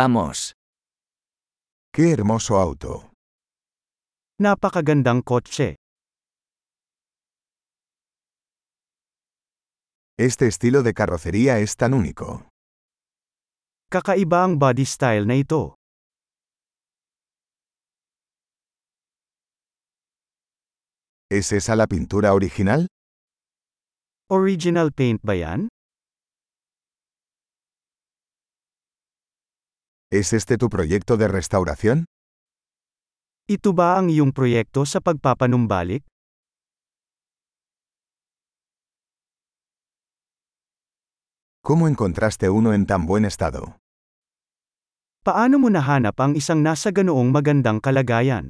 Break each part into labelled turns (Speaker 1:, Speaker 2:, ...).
Speaker 1: Vamos.
Speaker 2: Qué hermoso auto.
Speaker 3: Napakagandang kotse.
Speaker 2: Este estilo de carrocería es tan único.
Speaker 3: Kakaiba ang body style na ito.
Speaker 2: ¿Es esa la pintura original?
Speaker 3: Original paint ba yan?
Speaker 2: ¿Es este tu proyecto de restauración?
Speaker 3: Ito ba ang iyong proyekto sa pagpapanumbalik?
Speaker 2: ¿Cómo encontraste uno en tan buen estado?
Speaker 3: Paano mo nahanap ang isang nasa ganoong magandang kalagayan?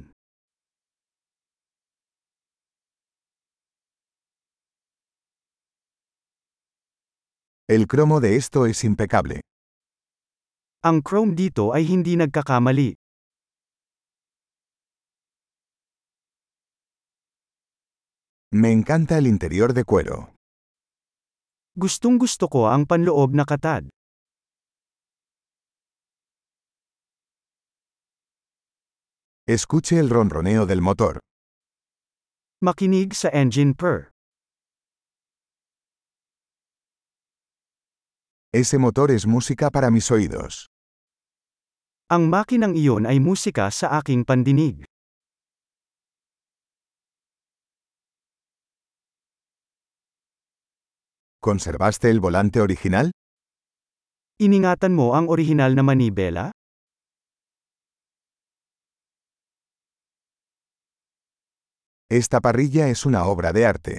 Speaker 2: El cromo de esto es impecable.
Speaker 3: Ang chrome dito ay hindi nagkakamali.
Speaker 2: Me encanta el interior de cuero.
Speaker 3: Gustong gusto ko ang panloob na katad.
Speaker 2: Escuche el ronroneo del motor.
Speaker 3: Makinig sa engine purr.
Speaker 2: Ese motor es música para mis oídos.
Speaker 3: Ang makinang iyon ay musika sa aking pandinig.
Speaker 2: ¿Conservaste el volante original?
Speaker 3: Iningatan mo ang orihinal na manibela?
Speaker 2: Esta parrilla es una obra de arte.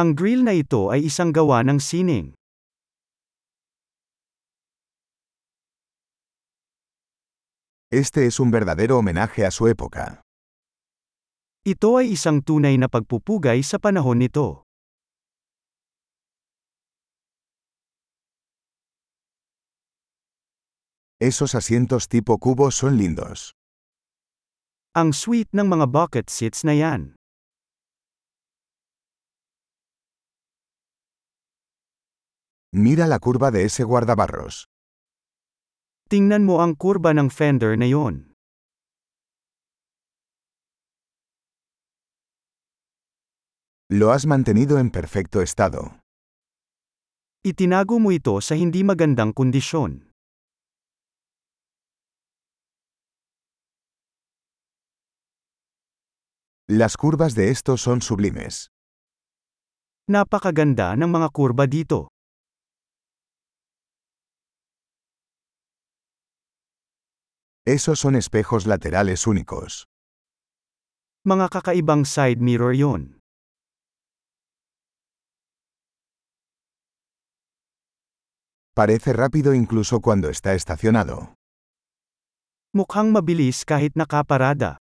Speaker 3: Ang grill na ito ay isang gawa ng sining.
Speaker 2: Este es un verdadero homenaje a su época.
Speaker 3: Ito ay isang tunay na pagpupugay sa panahon nito.
Speaker 2: Esos asientos tipo cubo son lindos.
Speaker 3: Ang sweet ng mga bucket seats na yan.
Speaker 2: Mira la curva de ese guardabarros.
Speaker 3: Tingnan mo ang kurba ng fender na yon.
Speaker 2: Lo has mantenido en perfecto estado.
Speaker 3: Itinago mo ito sa hindi magandang kondisyon.
Speaker 2: Las curvas de estos son sublimes.
Speaker 3: Napakaganda ng mga kurba dito.
Speaker 2: Esos son espejos laterales únicos.
Speaker 3: Mga kakaibang side mirror yon.
Speaker 2: Parece rápido incluso cuando está estacionado.
Speaker 3: Mukhang mabilis kahit nakaparada.